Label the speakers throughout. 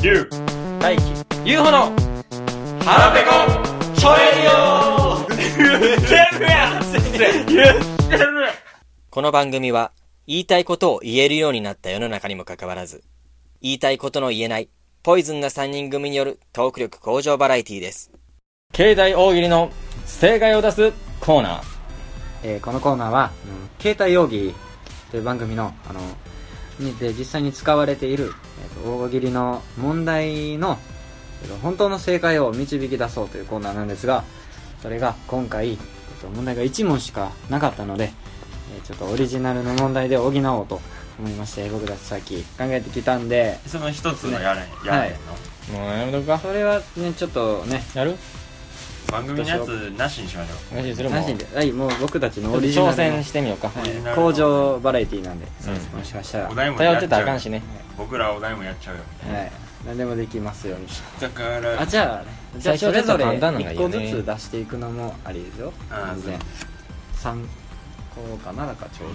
Speaker 1: ゆう、
Speaker 2: 大輝 UFO の
Speaker 1: 腹ペコ、ちょえりよ全部や言ってる
Speaker 2: この番組は言いたいことを言えるようになった世の中にもかかわらず言いたいことの言えないポイズンな3人組によるトーク力向上バラエティーです経済大喜利の正解を出すコーナー
Speaker 3: えーこのコーナーは、うん携帯容疑という番組の、あの、にで実際に使われている、えーと大喜利の問題の、えーと本当の正解を導き出そうというコーナーなんですが、それが今回、えーと問題が1問しかなかったので、えーちょっとオリジナルの問題で補おうと思いまして、僕たちさっき考えてきたんで、
Speaker 1: その一つのやれん、やれんの、
Speaker 2: もうやめとくか
Speaker 3: それはね、ちょっとね、
Speaker 2: やる
Speaker 1: 番組のやつなしにしましょ
Speaker 2: マジするも
Speaker 3: なし
Speaker 2: ん
Speaker 3: で、はい、もう僕たちのオリジナル
Speaker 2: 挑
Speaker 3: の
Speaker 2: 戦してみようか
Speaker 1: う。オリジナルの
Speaker 3: 工場バラエティーなんで、
Speaker 2: うん
Speaker 3: もしかしたら、
Speaker 1: お
Speaker 3: は
Speaker 1: 題も
Speaker 2: 頼
Speaker 1: や
Speaker 2: っ
Speaker 1: っち
Speaker 2: て
Speaker 1: ゃう
Speaker 2: たらあかんしね
Speaker 1: 僕らお題もやっちゃうよ。
Speaker 3: い、何でもできますように。
Speaker 1: だから、
Speaker 3: あじゃあじゃあ
Speaker 2: 最初の
Speaker 3: それ
Speaker 2: やつは
Speaker 3: ぞれ
Speaker 2: 簡単なのがい
Speaker 3: 1
Speaker 2: いよ
Speaker 3: 個
Speaker 2: ね
Speaker 3: ずつ出していくのもありですよ
Speaker 1: あー
Speaker 3: 全然3個かなだからちょう
Speaker 1: うん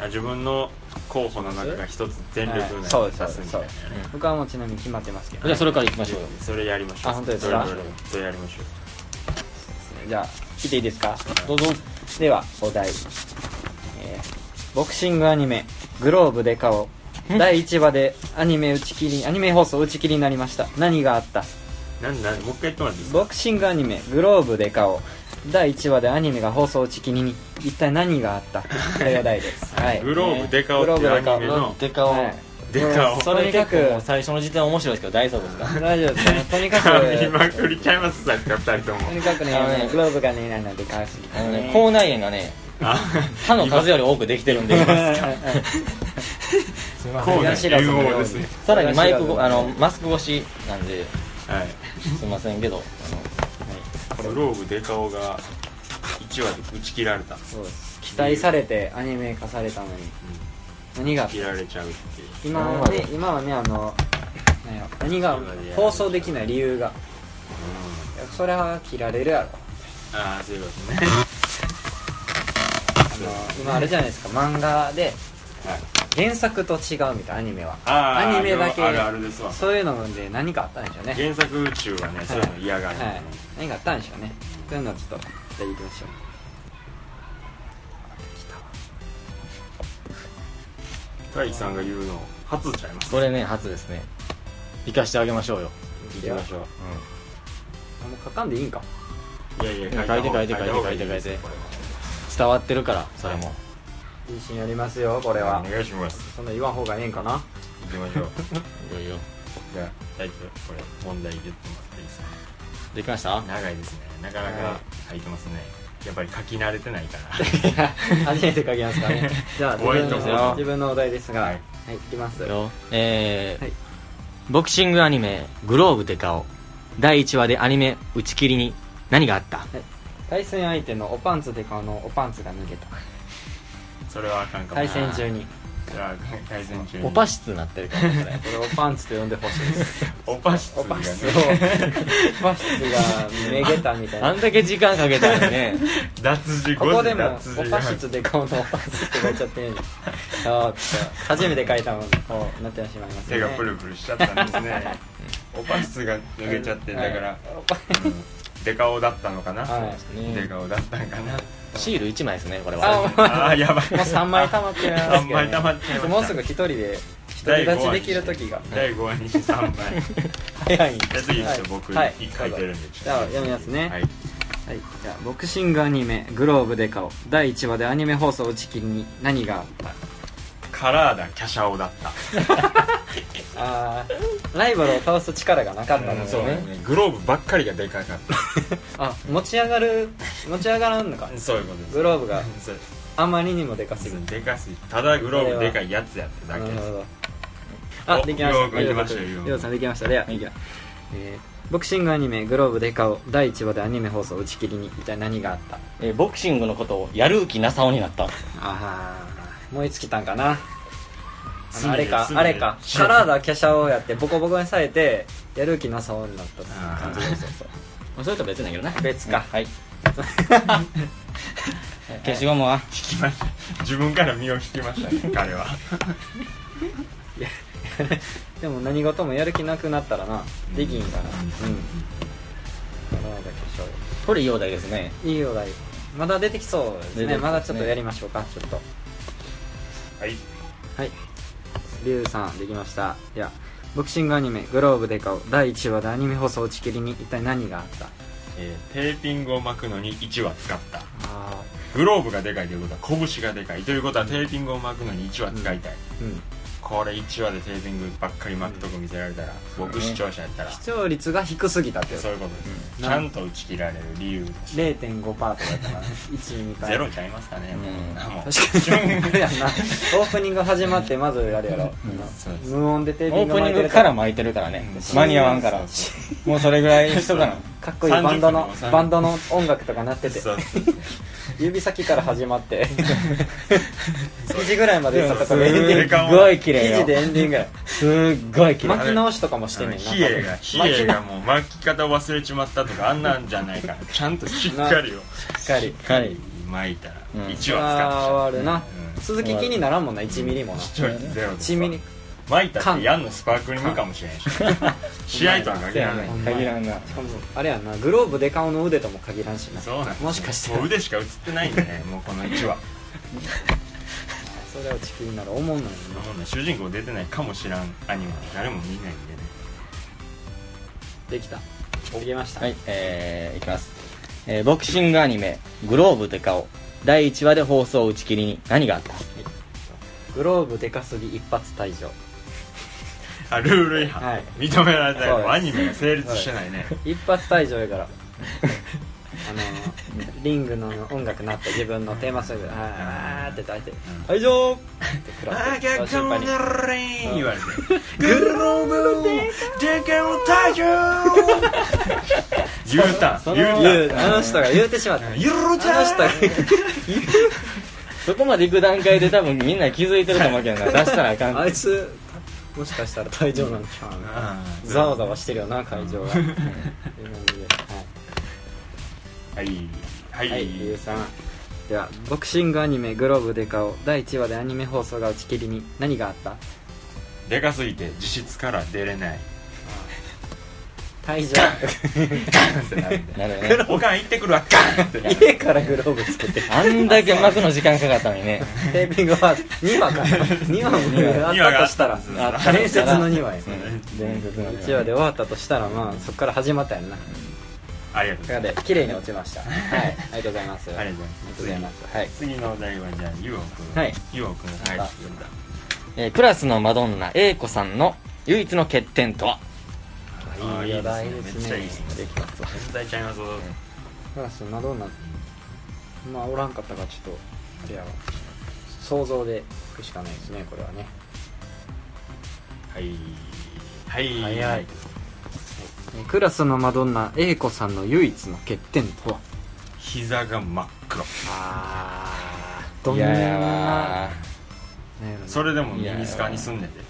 Speaker 1: あ自分の候補の中が一つ全力
Speaker 3: は
Speaker 1: で
Speaker 3: い
Speaker 1: 出す
Speaker 3: そう
Speaker 1: み
Speaker 3: です
Speaker 1: たいなね
Speaker 3: そうですど僕はもうちなみに決まってますけど
Speaker 2: じゃあそれからいきましょうよ
Speaker 1: それやりましょう
Speaker 3: あ本当ですか
Speaker 1: それどれそれやりましょう
Speaker 3: じゃあ聞いていいですか
Speaker 2: どうぞ
Speaker 3: ではお題、えーボクシングアニメ「グローブで顔」第1話でアニメ打ち切りアニメ放送打ち切りになりました何があった
Speaker 1: なんなんもう一回言ってもらっていいですか
Speaker 3: ボクシングアニメ「グローブで顔」第1話でアニメが放送打ち切りに一体何があったこれが題 です、はい、
Speaker 1: グローブデカオっていうアニメの
Speaker 2: デカを
Speaker 3: はい
Speaker 1: デカオ
Speaker 3: そ
Speaker 2: それ
Speaker 3: れ
Speaker 2: 結構
Speaker 3: 結
Speaker 2: もう
Speaker 3: 構
Speaker 2: 最初の時点面白いですけど大丈夫ですか
Speaker 3: 大丈夫ですねとにか く
Speaker 1: 噛み
Speaker 3: と
Speaker 1: まくりちゃいますさっきから二人とも
Speaker 3: にかくね
Speaker 2: あのね
Speaker 3: グローブがねないのでかわいすぎ
Speaker 2: あのね口内炎がね歯の数より多くできてるんで
Speaker 3: すいま
Speaker 1: こうね
Speaker 3: 知らずのように
Speaker 1: UO ですね
Speaker 2: さらにマイクごあの
Speaker 3: はい
Speaker 2: マスク越しなんで
Speaker 1: はい
Speaker 2: すいませんけど
Speaker 1: グローブデカオが1話で打ち切られた
Speaker 3: そうです期待されてアニメ化されたのに何が
Speaker 1: 切られちゃうっていう
Speaker 3: 今はね今はねあの何やろ何が放送できない理由がいやそれは切られるやろ
Speaker 1: ああそういうことね
Speaker 3: あの今あれじゃないですか漫画で
Speaker 1: はい
Speaker 3: 原作と違うみたいなアニメは
Speaker 1: あー
Speaker 3: アニメだけ
Speaker 1: あるあるですわ
Speaker 3: そういうので何かあったんでしょうね
Speaker 1: 原作宇宙はねそういうの嫌がる
Speaker 3: はい、何があったんでしょうねそういうのはちょっとじゃあ行きましょう
Speaker 1: 大樹さんが言うの初ちゃいます
Speaker 2: これね初ですね生かしてあげましょうよ
Speaker 1: 行きましょ
Speaker 3: あもう書かんでいいんか
Speaker 1: ういやいや
Speaker 2: 書いて書いて書いて
Speaker 1: た方が
Speaker 2: 書いて
Speaker 1: ですよこれは
Speaker 2: 伝わってるからそれも
Speaker 3: 自信ありますよこれは
Speaker 1: お願いします
Speaker 3: そんな言わん方がええん かな
Speaker 1: 行きましょう
Speaker 2: いよいよ
Speaker 1: じゃあ大樹これ問題言ってもらっていいですか
Speaker 2: できました
Speaker 1: 長いですねなかな
Speaker 3: は
Speaker 1: か書いてますねやっぱり書き慣れてないから
Speaker 3: 初めて書きますからね じゃあ自
Speaker 1: 怖い
Speaker 3: 分
Speaker 1: と
Speaker 3: の
Speaker 1: 思う
Speaker 3: 自分のお題ですが
Speaker 1: は
Speaker 3: はいい、い、きます
Speaker 2: よえー
Speaker 3: はい
Speaker 2: ボクシングアニメ「グローブで顔」第1話でアニメ打ち切りに何があった
Speaker 3: 対戦相手のおパンツで顔のおパンツが逃げた
Speaker 1: それはあかんかもな
Speaker 3: 対戦中にこ
Speaker 1: それはあかん対戦中に
Speaker 2: オパ室になってるかも しれない
Speaker 3: れをパンツと呼んでほしいです
Speaker 1: オパ室
Speaker 3: お
Speaker 1: が
Speaker 3: パン
Speaker 1: ね
Speaker 3: ツをおパンツがめげたみたい
Speaker 2: あ
Speaker 3: なん
Speaker 2: だけ時間かけたのにね
Speaker 1: 脱字
Speaker 3: こ
Speaker 1: 5
Speaker 3: こで
Speaker 1: 字
Speaker 3: もお
Speaker 1: 脱字
Speaker 3: パシツで顔のおパンツってなっちゃってるんであーちょっと初めて書いたものこうなってしまいますね
Speaker 1: 手がプルプルしちゃったんです ねオパ室が抜けちゃってだから、うんデカオだったのかな、
Speaker 3: はい
Speaker 1: デカオだったんかな
Speaker 2: シール1枚ですねこれ
Speaker 3: あ
Speaker 2: は
Speaker 3: もう
Speaker 1: ああやばい
Speaker 3: もう3枚溜まってるな
Speaker 1: 3枚溜まっちゃいました
Speaker 3: もうすぐ一人で独り立ちできる時が
Speaker 1: 第5話にして3枚
Speaker 3: 早いんで
Speaker 1: じゃあ次、
Speaker 3: はい
Speaker 1: 僕
Speaker 3: はい
Speaker 1: 1回出るんで
Speaker 3: じゃあ読みますね
Speaker 1: はい、
Speaker 3: はい、じゃあボクシングアニメ「グローブで顔」第1話でアニメ放送打ち切りに何があった
Speaker 1: カラーダ華奢オだった
Speaker 3: あーライバルを倒す力がなかったの
Speaker 1: そう
Speaker 3: ね
Speaker 1: ねグローブばっかりがでかかっ
Speaker 3: あ持ち上がる持ち上がらんのか
Speaker 1: たそういうことです
Speaker 3: グローブが
Speaker 1: そう
Speaker 3: あまりにもでかす
Speaker 1: で
Speaker 3: ぎ
Speaker 1: す
Speaker 3: る
Speaker 1: でかすぎただグローブでかいやつやってだ
Speaker 3: な
Speaker 1: け
Speaker 3: る
Speaker 1: です
Speaker 3: ほど
Speaker 1: お
Speaker 3: あできました
Speaker 1: ようできましたよ
Speaker 3: ようさんできましたでは、いきますえーボクシングアニメ「グローブで顔」第1話でアニメ放送打ち切りに一体何があった
Speaker 2: えーボクシングのことをやる気なさおになった
Speaker 3: ああ燃え尽きたんかなあ
Speaker 1: 罪
Speaker 3: のあれか
Speaker 1: 罪
Speaker 3: あれか
Speaker 1: 罪
Speaker 3: カラーダ華奢をやってボコボコにされてやる気なさおになったっていう感じです
Speaker 2: それとは別なんやけどな
Speaker 3: 別か
Speaker 2: はい消しゴムは
Speaker 1: 聞きました自分から身を引きましたね彼は
Speaker 3: でも何事もやる気なくなったらなできんからうん体だけしょ
Speaker 2: これいいお題ですね
Speaker 3: ういいお題まだ出てきそうです
Speaker 2: 出て
Speaker 3: ね
Speaker 2: きますね
Speaker 3: まだちょっとやりましょうかちょっと
Speaker 1: はい
Speaker 3: はいリュウさんできましたいやボクシングアニメ「グローブで顔」第1話でアニメ放送打ち切りに一体何があった
Speaker 1: えーテーピングを巻くのに1話使った
Speaker 3: あ
Speaker 1: グローブがでかいということは拳がでかいということはテーピングを巻くのに1話使いたい、
Speaker 3: うん
Speaker 1: これ1話でテーピングばっかり巻くとこ見せられたら、僕視聴者やったら、
Speaker 3: 視聴率が低すぎたってこと
Speaker 1: そういうことです、
Speaker 3: うん
Speaker 1: ちゃんと打ち切られる理由として
Speaker 3: 0.5%とかやったから12回
Speaker 1: ゼロちゃいますかね、も
Speaker 2: うん
Speaker 1: うもう
Speaker 3: 確かにあれやんなオープニング始まってまずあれやろ、
Speaker 1: そうです
Speaker 3: 無音で
Speaker 2: オ
Speaker 3: テーピン
Speaker 2: ー
Speaker 3: グ
Speaker 2: プ
Speaker 3: 巻
Speaker 2: ニ
Speaker 3: い
Speaker 2: ング
Speaker 3: てる
Speaker 2: から巻いてるからね
Speaker 1: うん
Speaker 2: 間に合わんからもうそれぐらいしとかな
Speaker 3: かっこいいバンドの
Speaker 1: 30
Speaker 3: バンドの音楽とか鳴ってて
Speaker 1: そうそうそう
Speaker 3: 指先から始まって 肘ぐらいまで
Speaker 2: で
Speaker 3: や
Speaker 2: も
Speaker 3: った
Speaker 2: す
Speaker 3: とこエンディン
Speaker 1: で
Speaker 3: グ
Speaker 1: か
Speaker 2: っごい綺麗
Speaker 3: 肘
Speaker 2: よ
Speaker 3: でエンディングや
Speaker 2: すっごい綺麗
Speaker 3: 巻き直しとかもしてんねんな
Speaker 1: 比叡が比叡がもう巻き方忘れちまったとかあんなんじゃないから ちゃんとしっかりを
Speaker 3: しっかり
Speaker 2: しっかり
Speaker 1: 巻いたら
Speaker 2: うん
Speaker 1: 1話使ってし
Speaker 3: ああ
Speaker 1: まう
Speaker 3: 終わるな、
Speaker 1: うん
Speaker 3: 鈴木気にならんもんな1ミリもな
Speaker 1: 視聴率ゼロです
Speaker 3: 1ミリ
Speaker 1: 巻いたってやんのスパークリングかもしれん し試合とは限
Speaker 2: せや
Speaker 1: らな
Speaker 2: ね
Speaker 1: い
Speaker 2: 限らんな
Speaker 3: しかもあれやんなグローブで顔の腕とも限らんしな
Speaker 1: そうなんです
Speaker 3: もしかして
Speaker 1: もう腕しか映ってないんでねもうこの1話
Speaker 3: それを地球になら思うのよな
Speaker 1: もうね主人公出てないかもしらんアニメ誰も見ないんでね
Speaker 3: できたできました、
Speaker 2: はい、えー、いきます、えーボクシングアニメ「グローブで顔」第1話で放送打ち切りに何があった
Speaker 3: グローブでかすぎ一発退場
Speaker 1: あルール違反、
Speaker 3: はい
Speaker 1: 認められた
Speaker 3: そうで
Speaker 1: よ
Speaker 3: す
Speaker 1: アニメが成立してないね
Speaker 3: 一発退場やからあのリングの音楽なって自分のテーマソングで「あー」って大いて「退場!」って食ら
Speaker 1: あ
Speaker 3: っ
Speaker 1: ー逆
Speaker 3: て
Speaker 1: 転
Speaker 3: 心配に
Speaker 1: のレイン言われてグローブでかを退場言うた
Speaker 2: その
Speaker 1: 言う
Speaker 3: 言う
Speaker 1: た
Speaker 3: あの人が言うてしまったあの
Speaker 1: 言う
Speaker 3: 人が
Speaker 1: た
Speaker 2: そこまで行く段階で多分みんな気づいてると思うけどな出したらあかん
Speaker 3: あいつもしかしたら退場なんちゃう
Speaker 1: うん
Speaker 3: ざわざわしてるよな会場が今見えはい
Speaker 1: はいはい、
Speaker 3: はい、ゆうさん。では、ボクシングアニメグローブデカを第1話でアニメ放送が打ち切りに何があった
Speaker 1: でかすぎて実質から出れない
Speaker 3: 退場。
Speaker 1: ガンってなるんで
Speaker 2: なるよね
Speaker 1: おかん行ってくるわガンってなる
Speaker 3: 家からグローブつけて。
Speaker 2: あんだけ巻くの時間かかったのにね
Speaker 3: テーピングは2話か。2話 もあったとしたら、
Speaker 1: 二話があった
Speaker 2: としたら
Speaker 3: 伝説の2話や。
Speaker 2: 伝説の
Speaker 3: 1話で終わったとしたら、まあ、そこから始まったやんな。
Speaker 1: ありがとうござい
Speaker 3: なので、綺麗に落ち ました。はい、ありがとうございます。
Speaker 1: ますありがとうございます
Speaker 3: す。はい。
Speaker 1: 次のお題はじゃあゆうおくん
Speaker 3: はい
Speaker 1: ゆうおくんはい
Speaker 3: あ
Speaker 2: えークラスのマドンナ A 子さんの唯一の欠点とは
Speaker 1: あーいいですね
Speaker 3: いいです
Speaker 1: めっちゃいいですね
Speaker 3: できます。
Speaker 1: 全体ちゃいます
Speaker 3: クラスなどんなまあおらんかったからちょっとあれやわ想像でいくしかないですねこれはね
Speaker 1: はいはい
Speaker 3: 早いクラスのマドンナ A 子さんの唯一の欠点とは
Speaker 1: 膝が真っ黒
Speaker 3: あーどん
Speaker 2: い
Speaker 3: な
Speaker 2: や
Speaker 3: ね
Speaker 2: やわ
Speaker 1: それでもミニスカに住んでて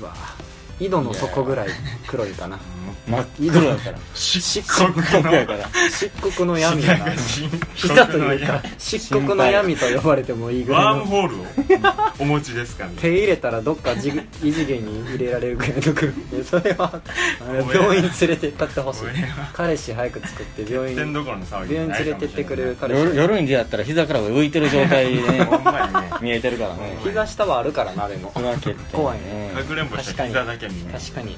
Speaker 3: うわ井戸の底ぐらい黒いかな
Speaker 2: 真っ黒だから
Speaker 1: 漆
Speaker 2: 黒やから
Speaker 3: 漆黒の闇やな膝というか漆黒の闇と呼ばれてもいいぐら
Speaker 1: ワ
Speaker 3: い
Speaker 1: ームホー
Speaker 3: の
Speaker 1: ルをお持ちですかね
Speaker 3: 手入れたらどっかじぐ異次元に入れられるぐらいの黒い でそれはあの病院連れて行ったってほしい
Speaker 1: 俺は
Speaker 3: 彼氏早く作って病院
Speaker 1: 天どころの騒ぎじ
Speaker 3: 病
Speaker 1: ゃ
Speaker 3: 院
Speaker 1: ない
Speaker 3: 連れ
Speaker 1: かも
Speaker 3: てっ
Speaker 1: しれ
Speaker 3: て
Speaker 1: な
Speaker 3: く
Speaker 1: い
Speaker 3: れる彼氏
Speaker 2: 夜夜に出会ったら膝から浮いてる状態でね
Speaker 1: ほんまにね
Speaker 2: 見えてるからね
Speaker 3: 膝下はあるからなでも
Speaker 2: それは欠点
Speaker 3: 怖いね
Speaker 1: かくれんぼしたら膝だけ見える
Speaker 3: 確かに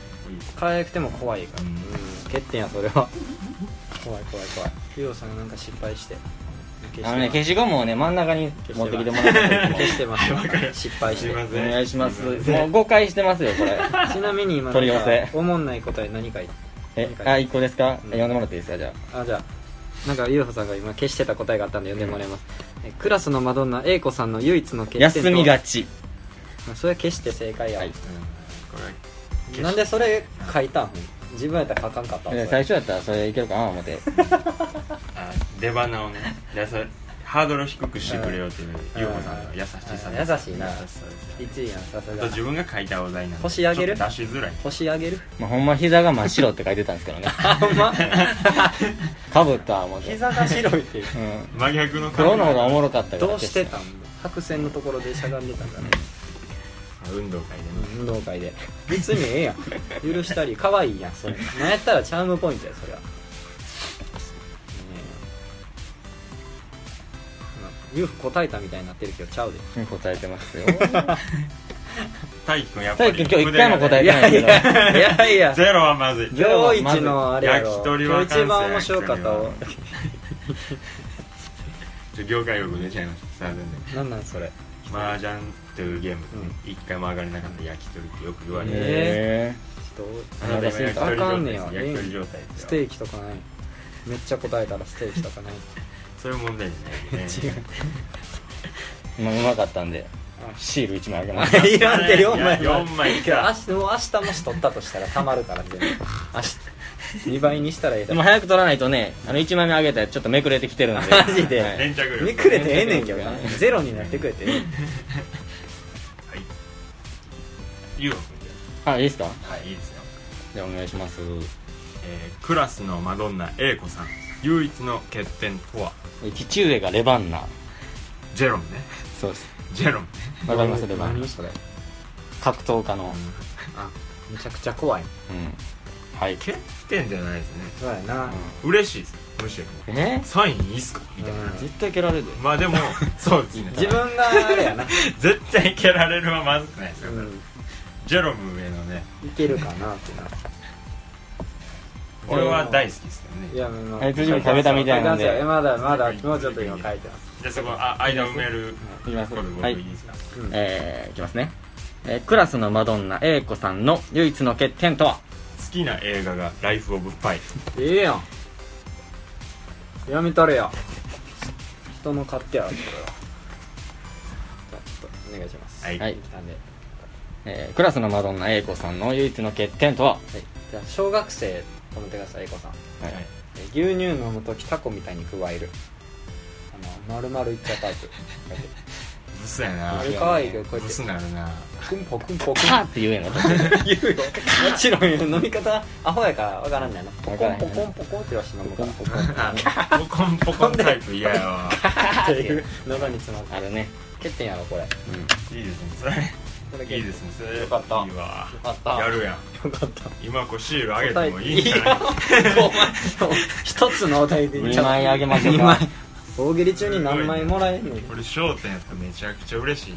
Speaker 3: 可愛くても怖いから、
Speaker 1: うん
Speaker 3: 欠点やそれは怖い怖い怖いリオさんがなんか失敗して
Speaker 2: あのね消しゴムをね真ん中に持ってきてもらって
Speaker 3: 消してます
Speaker 1: わかる
Speaker 3: 失敗して
Speaker 1: すいま
Speaker 2: お
Speaker 1: せん
Speaker 2: 願いしますもう5回してますよこ れ
Speaker 3: ちなみに今
Speaker 2: 取り寄せ
Speaker 3: なんかおもんない答え何かい
Speaker 2: えあ一個ですか
Speaker 3: うん
Speaker 2: 読んでもらっていいですかじゃ
Speaker 3: あじゃあなんか UFO さんが今消してた答えがあったんで読んでもらいます、えクラスのマドンナ A 子さんの唯一の欠
Speaker 2: あ
Speaker 3: 点と
Speaker 2: 休みがち
Speaker 3: まあそれは消して正解や、
Speaker 2: はい
Speaker 1: これ消し
Speaker 3: なんでそれ書いたん自分やったら書かんかったん
Speaker 2: え最初やったらそれいけるかな思って
Speaker 1: あ出花をねやさハードルを低くしてくれよっていう優子さんの優しさです
Speaker 3: うん優し
Speaker 1: 優
Speaker 3: いな
Speaker 1: さです
Speaker 3: 1位やんさす
Speaker 1: あと
Speaker 3: が
Speaker 1: 自分が書いたお題なんで
Speaker 3: 星あげる
Speaker 1: ちょっと出しづらい
Speaker 3: 星あ げる
Speaker 2: まあほんま膝が真っ白って書いてたんですけ どね
Speaker 3: あほんま
Speaker 2: かぶった思って
Speaker 3: 膝が白いっ ていう
Speaker 2: うん
Speaker 1: 真逆の
Speaker 2: 黒の方がお
Speaker 1: も
Speaker 2: もろかったから
Speaker 3: どうしてた
Speaker 2: 消
Speaker 3: ん白線のところでしゃがんでたんだね
Speaker 1: 運動会でね
Speaker 3: 運動会で別にええやん許したり可愛いやんそれなんやったらチャームポイントやそれは、ねえまあユウフ答えたみたいになってるけどちゃうで
Speaker 2: 答えてます よ
Speaker 1: 大輝くんやっぱ
Speaker 2: 大
Speaker 1: り
Speaker 2: 輝今日一回も答え
Speaker 3: い
Speaker 2: てな
Speaker 3: や
Speaker 2: い
Speaker 3: い
Speaker 2: けど
Speaker 3: やいやい や
Speaker 1: ゼロはまずい
Speaker 2: ゼロ
Speaker 3: 行
Speaker 2: は
Speaker 3: 一
Speaker 2: まず
Speaker 3: のあれやろ
Speaker 1: 焼き鳥は
Speaker 3: 今日一番面白かったわ
Speaker 1: 完ちょ業界用語出ちゃいましたさあ全然
Speaker 3: なんなんそれ
Speaker 1: 麻雀というゲームでね一回も上がれなかった焼き鳥ってよく言われる
Speaker 2: へ
Speaker 3: ちょっ
Speaker 1: あなた今焼き鳥
Speaker 3: わかんねえ
Speaker 1: 状
Speaker 3: わ
Speaker 1: 態です焼き鳥状態
Speaker 3: と
Speaker 1: です
Speaker 3: ス
Speaker 1: よ
Speaker 3: テーキとかないめっちゃ答えたらステーキとかない
Speaker 1: そういう問題じゃないよね
Speaker 2: えまあうまかったんで
Speaker 3: あ
Speaker 2: シール1枚あげます
Speaker 3: いらんて4枚
Speaker 1: いや4枚
Speaker 3: いや明日もう明日もし取ったとしたらたまるから全部明日2倍にしたらええ
Speaker 2: で
Speaker 3: だ
Speaker 2: も
Speaker 3: ろ
Speaker 2: 早く取らないとねあの1枚目あげたやつちょっとめくれてきて るんで
Speaker 3: マジで
Speaker 2: はい
Speaker 1: 連着力
Speaker 3: めくれてええねんけどなゼロになってくれてええ
Speaker 1: はいゆうほくんじ
Speaker 2: あいいですか
Speaker 1: ゃあはいいいですよ
Speaker 2: じゃあお願いします
Speaker 1: えークラスのマドンナ A 子さん唯一の欠点とは
Speaker 2: 父上がレバンナ
Speaker 1: ジェロムね
Speaker 2: そうです
Speaker 1: ジェロムね
Speaker 2: わかりますレバンナ
Speaker 3: 何それ
Speaker 2: 格闘家の
Speaker 3: あめちゃくちゃ怖い
Speaker 2: うんはい
Speaker 1: 欠点じゃないですね
Speaker 3: そうやな、
Speaker 1: 嬉しいですむしろ
Speaker 2: え
Speaker 1: サインいいっすかみたいな
Speaker 3: うん
Speaker 2: 絶対蹴られるで
Speaker 1: まあで もそうですね
Speaker 3: 自分があれやな、
Speaker 1: 絶対蹴られるはまずくないですよ、
Speaker 3: う
Speaker 1: ジェロムへのね
Speaker 3: ん、いけるかなってな
Speaker 1: これは大好きですけどね
Speaker 3: いやもう
Speaker 2: あいつ自分食べたみたいなんで
Speaker 3: 書きますよまだまだもうちょっと今書いてます
Speaker 1: じゃあそこあ間埋める
Speaker 2: いきます
Speaker 1: これ僕
Speaker 2: はいい
Speaker 1: いですか、
Speaker 2: えー、いきますね、えークラスのマドンナ A 子さんの唯一の欠点とは
Speaker 1: 好きな映画が「ライフ・オブ・パイ
Speaker 3: ええやんやめたれや人の勝手やろこれはじゃあちょっとお願いします」
Speaker 1: はい、
Speaker 2: はい
Speaker 3: 来たんで、はい
Speaker 2: えークラスのマドンナ A 子さんの唯一の欠点とは、
Speaker 3: じゃあ小学生止めてください英子さん
Speaker 2: は
Speaker 1: はい
Speaker 2: い、
Speaker 3: え牛乳飲む時タコみたいにくわえるあの丸々いっちゃうタイプ
Speaker 1: ブスやな
Speaker 3: あれ可愛いけどこうや
Speaker 1: ブ
Speaker 3: って
Speaker 1: スなる な
Speaker 3: クンポクンポクンポ
Speaker 2: カーって言うやろ
Speaker 3: 言うよもちろん言う飲み方アホやからわからんねんなポコンポコンポコンってわして飲むからポコンポコン
Speaker 1: あポコンポコンタイプ嫌や わ
Speaker 3: っていう喉に詰まって
Speaker 2: あるね
Speaker 3: 欠点やろこれ
Speaker 1: いいですねそれ
Speaker 3: これ
Speaker 1: いいですねそれ
Speaker 3: よかった
Speaker 1: いいわ
Speaker 3: よかった
Speaker 1: や
Speaker 3: よ
Speaker 1: るやん
Speaker 3: かった
Speaker 1: 今こうシールあげてもいいんじゃない
Speaker 3: お前一つのお題で
Speaker 2: 2枚あげましょう
Speaker 3: 2
Speaker 2: か
Speaker 3: 枚大喜利中に何枚もらえんの
Speaker 1: 俺焦点やったらめちゃくちゃ嬉しいよ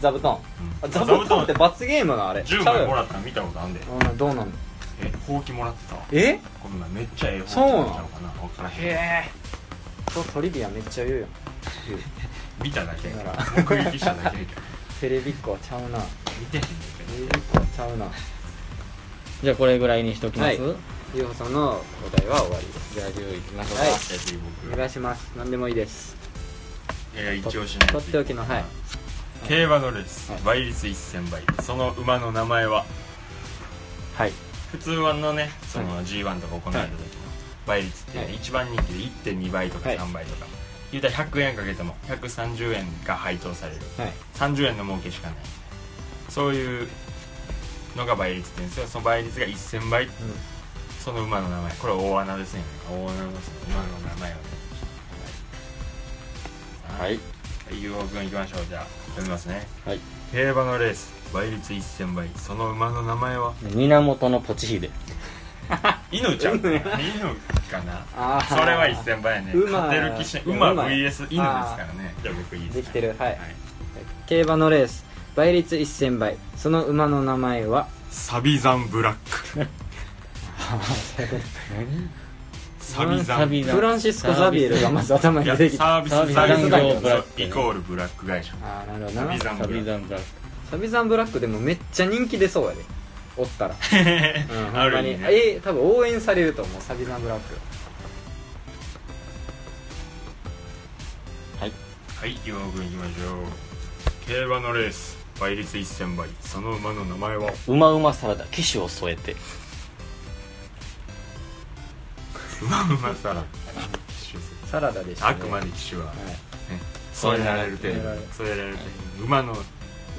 Speaker 3: 座布団
Speaker 1: うん
Speaker 3: 座布団って罰ゲームなあれ
Speaker 1: 10
Speaker 3: ちゃう
Speaker 1: 枚
Speaker 3: よ
Speaker 1: もらったの見たことあんで
Speaker 3: うんどうなんの
Speaker 1: えほうきもらってたわ
Speaker 3: え
Speaker 1: こんなんめっちゃええほうき
Speaker 3: そうなの
Speaker 1: ちゃうかな分からへん
Speaker 3: へえそうトリビアめっちゃ言うよ
Speaker 1: 見ただけやか
Speaker 3: なら
Speaker 1: ら目撃しただけやけど
Speaker 3: テレビっ子はちゃうな
Speaker 1: 見てへんね
Speaker 3: テレビっ子はちゃうな
Speaker 2: じゃあこれぐらいにしときます、
Speaker 3: はいゆうほさんのお題は終わりです
Speaker 2: じゃあ10いきましょうか、
Speaker 3: はい
Speaker 1: んけど
Speaker 3: お
Speaker 1: 僕
Speaker 3: 願いします何でもいいです
Speaker 1: えー一押しのやつ
Speaker 3: とっておきのはい
Speaker 1: 競馬のレース
Speaker 3: はい
Speaker 1: 倍率1000倍その馬の名前は
Speaker 2: はい
Speaker 1: 普通はのねその G1 とか行われた時の倍率って、ね
Speaker 3: はい
Speaker 1: 一番人気で1.2倍とか
Speaker 3: はい
Speaker 1: 3倍とか、言うたら100円かけても130円が配当される
Speaker 3: はい
Speaker 1: 30円の儲けしかないそういうのが倍率って言うんですよその倍率が1000倍、その馬の名前これ大穴ですね大穴ですね馬の名前はね
Speaker 2: はい
Speaker 1: ゆうおくんいきましょうじゃあ読みますね
Speaker 2: はい
Speaker 1: 競馬のレース倍率1000倍その馬の名前は
Speaker 2: 源のポチヒデ
Speaker 1: 犬ちゃん
Speaker 3: 犬
Speaker 1: 犬
Speaker 3: や
Speaker 1: かな
Speaker 3: あー
Speaker 1: それは1000倍やね
Speaker 3: 馬
Speaker 1: 勝てる気しない馬 VS 犬ですからねじゃあ僕いいで
Speaker 3: で
Speaker 1: す
Speaker 3: き
Speaker 1: か
Speaker 3: てるはい
Speaker 1: はい
Speaker 3: 競馬のレース倍率1000倍その馬の名前は
Speaker 1: サビザンブラックサビザンい
Speaker 3: フランシスコ・ザビエルがまず頭に
Speaker 1: や
Speaker 3: 出
Speaker 1: サ
Speaker 3: てきた
Speaker 1: ービス
Speaker 2: サービス残業
Speaker 1: 残業
Speaker 2: ブラック
Speaker 1: イコールブラック会社
Speaker 3: ああなるほど
Speaker 1: サ
Speaker 3: な
Speaker 1: ビザンブ
Speaker 2: サ
Speaker 1: ラ
Speaker 2: ビ
Speaker 1: ック
Speaker 2: ザンブラック
Speaker 3: サビザンブラックでもめっちゃ人気出そうやでおっ たらうんほ
Speaker 1: あ
Speaker 3: んま
Speaker 1: る
Speaker 3: に
Speaker 1: 意味ね
Speaker 3: え多分応援されると思うサビザンブラック
Speaker 1: はい岩尾君いきましょう競馬のレース倍率1000倍その馬の名前は
Speaker 2: うまうまサラダ騎手を添えて
Speaker 1: 馬馬サ ラ
Speaker 3: サラダでした、
Speaker 1: あ
Speaker 3: ね、
Speaker 1: くまで騎手は
Speaker 3: はい
Speaker 1: 添えられる程度
Speaker 3: 添えられる
Speaker 1: 添えられる程度馬の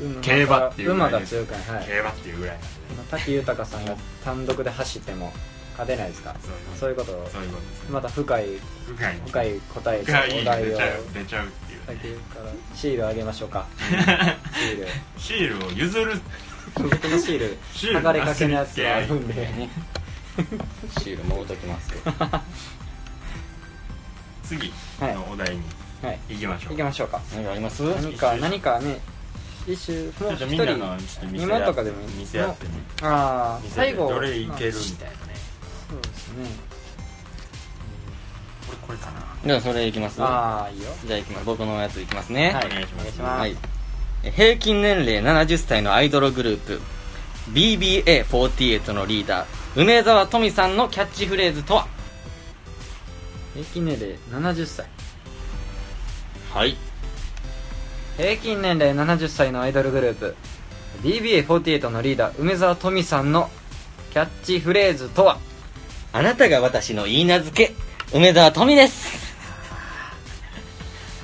Speaker 3: 馬が
Speaker 1: 競馬っていうぐら
Speaker 3: 馬
Speaker 1: いで
Speaker 3: が強くないはい
Speaker 1: 競馬っていうぐらいなんでね
Speaker 3: 滝豊さんが単独で走っても勝てないですか
Speaker 1: そう
Speaker 3: そういうことを
Speaker 1: そういうことですね
Speaker 3: また深い
Speaker 1: 深い
Speaker 3: 深い答えと
Speaker 1: 深い
Speaker 3: お
Speaker 1: 出
Speaker 3: 題を
Speaker 1: ちゃう出ちゃうっていう
Speaker 3: 竹からシールあげましょ うかシール
Speaker 1: シールを譲る
Speaker 3: 僕のシール
Speaker 1: シール
Speaker 3: 剥がれかけのやつがあるんで
Speaker 2: シール戻っときますよ
Speaker 1: 次のお題に
Speaker 3: はい
Speaker 1: 行きましょう、
Speaker 3: 行きましょうか
Speaker 2: 何かあります
Speaker 3: 何か何かね一種もう
Speaker 1: ちょっと
Speaker 3: 一
Speaker 1: みん
Speaker 3: 人
Speaker 1: なのちょっと見せ
Speaker 3: 2問とかでもいい
Speaker 1: 見せ合ってね
Speaker 3: ああ
Speaker 1: 見せ合っ
Speaker 3: 最
Speaker 1: て
Speaker 3: 後
Speaker 1: どれいける
Speaker 3: ま
Speaker 1: み
Speaker 3: あ
Speaker 1: たいなね
Speaker 3: そうですね
Speaker 1: これこれかな
Speaker 2: じゃあそれいきますじゃ
Speaker 3: ああいいよ
Speaker 2: あいきます僕のやついきますね
Speaker 3: はい
Speaker 1: お願いします
Speaker 3: お願いします
Speaker 2: はい、え平均年齢70歳のアイドルグループ BBA48 のリーダー梅沢富美さんのキャッチフレーズとは
Speaker 3: 平均年齢70歳
Speaker 2: はい
Speaker 3: 平均年齢70歳のアイドルグループ DBA48 のリーダー梅沢富美さんのキャッチフレーズとは
Speaker 2: あなたが私の言い名付け梅沢富美です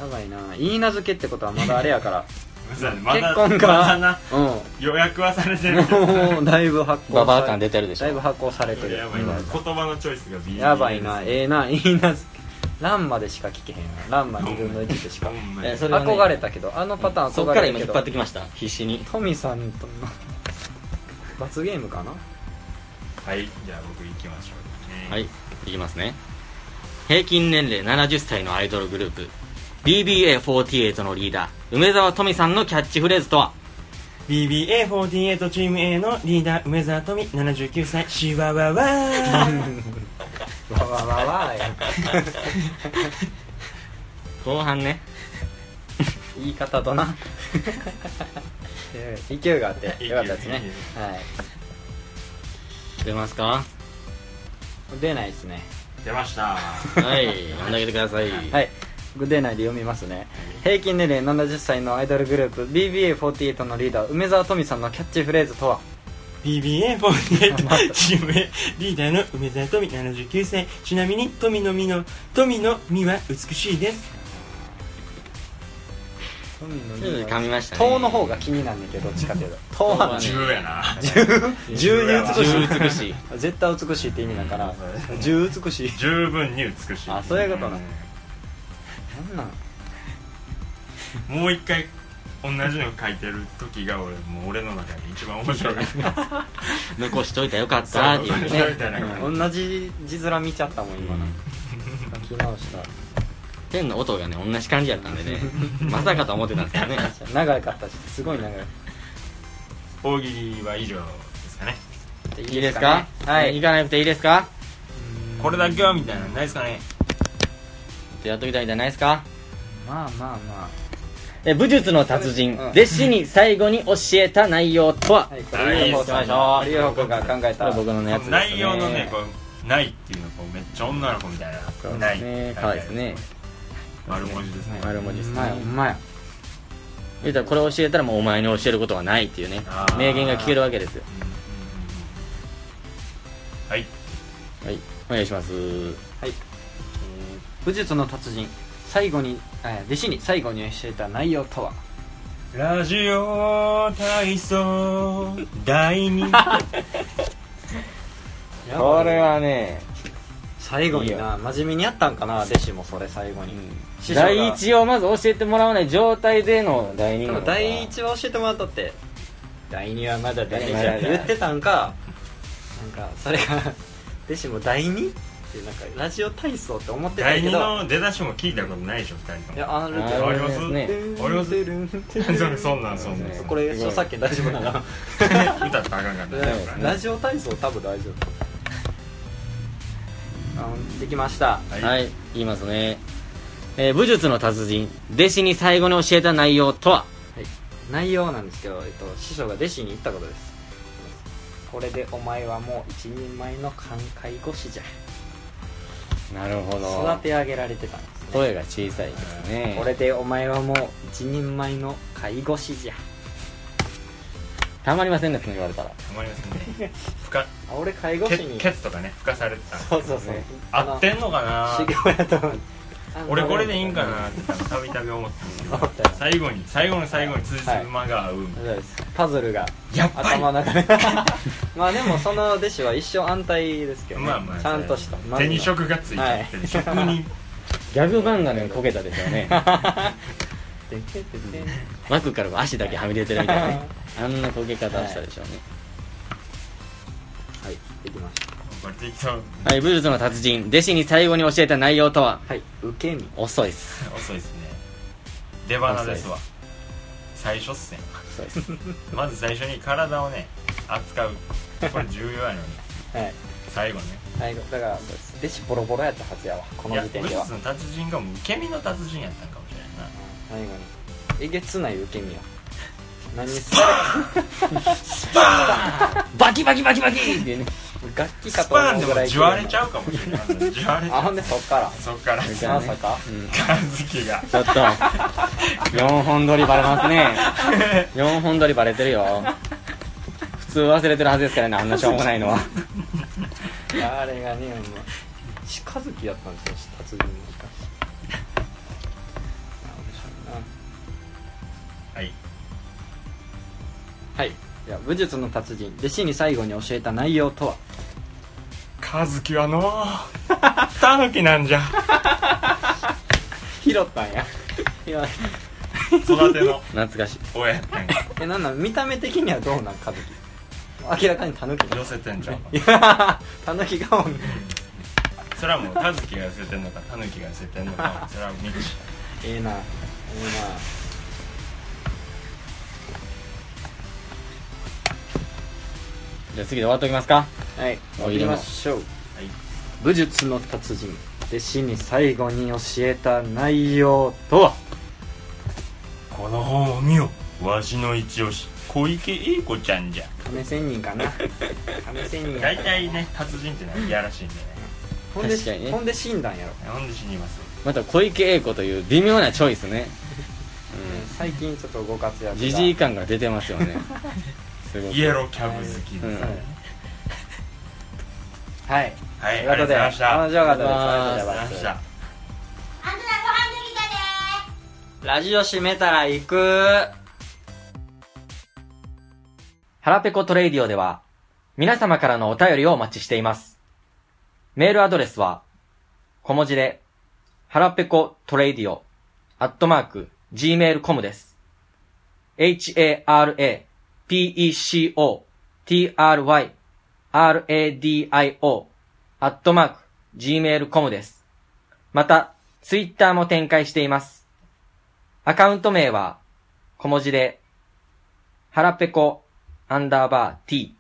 Speaker 3: やばいな言い名付けってことはまだあれやから
Speaker 1: むずいねま
Speaker 3: 結
Speaker 1: だ
Speaker 3: 婚
Speaker 1: まだ
Speaker 3: が
Speaker 1: な
Speaker 3: うん
Speaker 1: 予約はされ てるけど
Speaker 3: もうだいぶ発行
Speaker 2: ババア感出てるでし
Speaker 3: だいぶ
Speaker 2: ょ
Speaker 3: 発行されてる
Speaker 1: やばいな言葉のチョイスが微妙
Speaker 3: やばいな
Speaker 1: です
Speaker 3: ええな言い名付けランマでしか聞けへんわランマ2分の1でしか
Speaker 1: ほんまに
Speaker 2: えそれはね
Speaker 3: 憧れたけどあのパターン
Speaker 2: そっ
Speaker 3: 憧
Speaker 2: から
Speaker 3: れる
Speaker 2: 今
Speaker 3: け
Speaker 2: 引っ
Speaker 3: ど
Speaker 2: 張ってきました必死に
Speaker 3: トミさんとの罰ゲームか な
Speaker 1: はいじゃあ僕行きましょうね
Speaker 2: はいいきますね平均年齢70歳のアイドルグループ BBA48 のリーダー梅沢富美さんのキャッチフレーズとは
Speaker 4: BBA48 チーム A のリーダー梅沢富美79歳シワワ ワ
Speaker 3: わわわわやん
Speaker 2: 後半ね
Speaker 3: 言い方とな 勢いがあってよかったですね
Speaker 1: 勢い
Speaker 3: はい
Speaker 2: 出ますか
Speaker 3: 出ないですね
Speaker 1: 出ました
Speaker 2: はい読んであげてください
Speaker 3: はい出ないで読みますね平均年齢70歳のアイドルグループ BBA48 のリーダー梅沢富美さんのキャッチフレーズとは
Speaker 4: BBA48 チーム A リーダーの梅沢富美79歳ちなみに富の実の富の実は美しいです
Speaker 3: 富の
Speaker 2: ちょっと噛みましたね
Speaker 3: 党の方が気になんねんけどどっちか というと党
Speaker 2: は
Speaker 3: は
Speaker 2: ね
Speaker 1: 十やな
Speaker 3: 十に美しい
Speaker 2: 十美しい
Speaker 3: 絶対美しいって意味だから十美しい
Speaker 1: 十分に美しい
Speaker 3: あそういうことな
Speaker 1: ね
Speaker 3: なんなん
Speaker 1: もう一回同じの書いてる時が俺もう俺の中で一番面 白かった
Speaker 2: 残しといたらよかったっていうね
Speaker 1: みたいな
Speaker 3: うん同じ字面見ちゃったもん今の書き直した
Speaker 2: ペンの音がね同じ感じやったんで ねまさかと思ってたんですよね
Speaker 3: 長かったしすごい長い
Speaker 1: 大喜利は以上ですかね
Speaker 2: いいですか
Speaker 3: は
Speaker 2: 行
Speaker 3: い
Speaker 2: かなくていいですか
Speaker 1: これだけはみたいなのないですかね
Speaker 2: やっときたいんじゃないですか
Speaker 3: まあまあま
Speaker 2: え武術の達人、
Speaker 3: うん
Speaker 2: 弟子に最後に教えた内容とは、
Speaker 3: あはいこ
Speaker 1: は
Speaker 3: れ
Speaker 1: い
Speaker 3: リュウホウさんのリュウホウ君が考え
Speaker 2: こ
Speaker 3: た
Speaker 2: れ僕のねやつですね
Speaker 1: 内容のねこうないっていうのこうめっちゃ女の子みたいな
Speaker 2: そう
Speaker 1: な
Speaker 2: で
Speaker 1: い
Speaker 2: すね可愛いですね
Speaker 1: 丸文字ですね
Speaker 2: 丸文字です
Speaker 3: う
Speaker 2: ね
Speaker 3: まいうまい
Speaker 2: 言うたらこれ教えたらもうお前に教えることはないっていうね
Speaker 1: あー
Speaker 2: 名言が聞けるわけですよ
Speaker 1: うんうんうんはい
Speaker 2: はいお願いします
Speaker 3: はい、えー武術の達人最後にえー弟子に最後に教えた内容とは
Speaker 4: ラジオ体操第2
Speaker 2: これはね、
Speaker 3: 最後にな真面目にやったんかな弟子もそれ最後に、師匠が
Speaker 2: 第一をまず教えてもらわない状態での第二
Speaker 3: で
Speaker 2: なの
Speaker 3: も
Speaker 2: か
Speaker 3: 第一は教えてもらったって第二はまだ出てき
Speaker 2: まだ
Speaker 3: ゃ
Speaker 2: だ
Speaker 3: 言ってたんかなんかそれが弟子も第二ってなんかラジオ体操って思ってた
Speaker 1: 第
Speaker 3: け
Speaker 1: 二
Speaker 3: ど
Speaker 1: の出だしも聞いたことないでしょ二人と
Speaker 3: い
Speaker 1: も
Speaker 3: やあるけ
Speaker 2: あ
Speaker 3: ど
Speaker 1: あります
Speaker 2: ね
Speaker 1: あります そんそんなんそんなん
Speaker 2: ね
Speaker 3: これ著作権大丈夫なら
Speaker 1: 歌ったらあかんかった
Speaker 2: 丈夫ですね
Speaker 3: ラジオ体操多分大丈夫あのできました
Speaker 2: はい言いますね、えー武術の達人弟子に最後に教えた内容とは
Speaker 3: 内容なんですけど、えっと、師匠が弟子に言ったことですこれでお前はもう一人前の寛解護士じゃ
Speaker 2: なるほ
Speaker 3: 育て上げられてたんですね
Speaker 2: 声が小さいですね
Speaker 3: これでお前はもう一人前の介護士じゃ
Speaker 2: たまりませんねその言われたら
Speaker 1: 思います ねふか
Speaker 3: あ俺介護
Speaker 1: ケ
Speaker 3: 士に
Speaker 1: ケツとかねふかされてた
Speaker 3: そうそうそう
Speaker 1: 合ってんのか
Speaker 3: 修
Speaker 1: な
Speaker 3: 行やと思うあの
Speaker 1: 俺これでいいんかなってたびたび思ったんですけ
Speaker 3: 思
Speaker 1: ど
Speaker 3: ったよ
Speaker 1: 最後に最後の最後に辻褄が合う
Speaker 3: そうですパズルが
Speaker 1: やっぱり
Speaker 3: 頭の中で まあでもその弟子は一生安泰ですけどね、
Speaker 1: まあまあ
Speaker 3: ちゃんとした
Speaker 1: 手に職がついちゃってる職人
Speaker 2: ギャグ漫画のようにこけたでしょうね
Speaker 3: てんてんてんてん
Speaker 2: 枠から足だけはみ出てるみたいなね あんなこけ方をしたでしょうね
Speaker 3: はいできました
Speaker 1: バリティキさん
Speaker 2: はい、武術の達人弟子に最後に教えた内容とは
Speaker 3: はい受け身
Speaker 2: 遅いっす
Speaker 1: 遅いですね出花ですわ最初っすね
Speaker 3: そうです
Speaker 1: まず最初に体をね扱うこれ重要やのに
Speaker 3: はい
Speaker 1: 最後ね
Speaker 3: 最後だからそうです弟子ボロボロやったはずやわこ
Speaker 1: い
Speaker 3: の
Speaker 1: や
Speaker 3: 時点
Speaker 1: 武
Speaker 3: では
Speaker 1: 術の達人がもう受け身の達人やったんかもしれないな
Speaker 3: 最後にえげつない受け身や何スパ
Speaker 2: バキバキバキバキってね
Speaker 3: ーン楽器か
Speaker 1: ス
Speaker 3: と
Speaker 1: パー
Speaker 3: 思
Speaker 1: ン
Speaker 3: う
Speaker 1: で
Speaker 3: ぐら
Speaker 1: も
Speaker 3: い
Speaker 1: じゅわれちゃうかもしれないじゅわれち
Speaker 3: あ
Speaker 1: ゃ
Speaker 3: ほ
Speaker 1: うん
Speaker 3: でそっから
Speaker 1: そっから
Speaker 3: まさか
Speaker 1: カズキが
Speaker 2: ちょっと4本撮りバレますね4本撮りバレてるよ普通忘れてるはずですからねあんなしょうもないのは
Speaker 3: あれがねもう近づきやったんですよ達人のしかしなんでしょうね
Speaker 1: はい
Speaker 3: はいでは武術の達人弟子に最後に教えた内容とは
Speaker 1: カズキはのうタヌキなんじゃ
Speaker 3: 拾ったんやいや
Speaker 1: 育ての
Speaker 2: 懐かしい
Speaker 1: 親やったんや
Speaker 3: えなんなん見た目的にはどうなんかずき明らかにタヌキ
Speaker 1: 寄せてんじゃん
Speaker 3: いやタヌキ顔
Speaker 1: それはもうカズキが寄せてんのかタヌキが寄せてんのかそれはミクシ
Speaker 3: ええなえ
Speaker 2: じゃあ次で終わっときますか
Speaker 3: えなはい
Speaker 2: お
Speaker 3: 行
Speaker 2: いで
Speaker 3: き
Speaker 2: も
Speaker 3: ましょう、
Speaker 1: はい
Speaker 3: 武術の達人弟子に最後に教えた内容とは
Speaker 1: この本を見よわしの一押し小池栄子ちゃんじゃ
Speaker 3: 亀仙人かな亀仙人
Speaker 1: 大体ね達人ってのはいやらしいんでね
Speaker 3: ほんで
Speaker 2: 確かにね
Speaker 3: ほんで死んだんやろ、
Speaker 1: ほんで死にます
Speaker 2: また小池栄子という微妙なチョイスね
Speaker 3: 最近ちょっとご活躍が
Speaker 2: じじい感が出てますよねすごく
Speaker 1: イエローキャブ好きです、
Speaker 2: うん
Speaker 3: はい
Speaker 1: は
Speaker 3: と
Speaker 1: い
Speaker 3: い
Speaker 1: あ
Speaker 3: うこ
Speaker 1: りがとうご
Speaker 3: とで
Speaker 1: ざいました
Speaker 3: 面白かったです
Speaker 2: あ
Speaker 3: あ
Speaker 2: り
Speaker 3: り
Speaker 2: が
Speaker 1: あ
Speaker 2: と
Speaker 3: がとう
Speaker 1: り
Speaker 3: ご
Speaker 1: がと
Speaker 3: ざ
Speaker 1: うございましたた
Speaker 3: いましラジオ閉めたら行く
Speaker 2: ハラペコトレイディオでは、皆様からのお便りをお待ちしています。メールアドレスは、小文字で、ハラペコトレイディオ、アットマーク、gmail.com です。h-a-r-a-p-e-c-o-t-r-y-r-a-d-i-o、アットマーク、gmail.com です。また、ツイッターも展開しています。アカウント名は、小文字で、ハラペコアンダーバー t,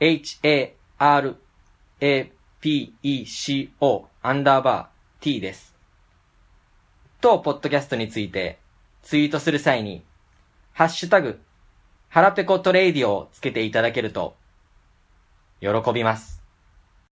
Speaker 2: h, a, r, a, p, e, c, o, アンダーバー t です。当ポッドキャストについてツイートする際に、ハッシュタグ、ハラペコトレイディオをつけていただけると、喜びます。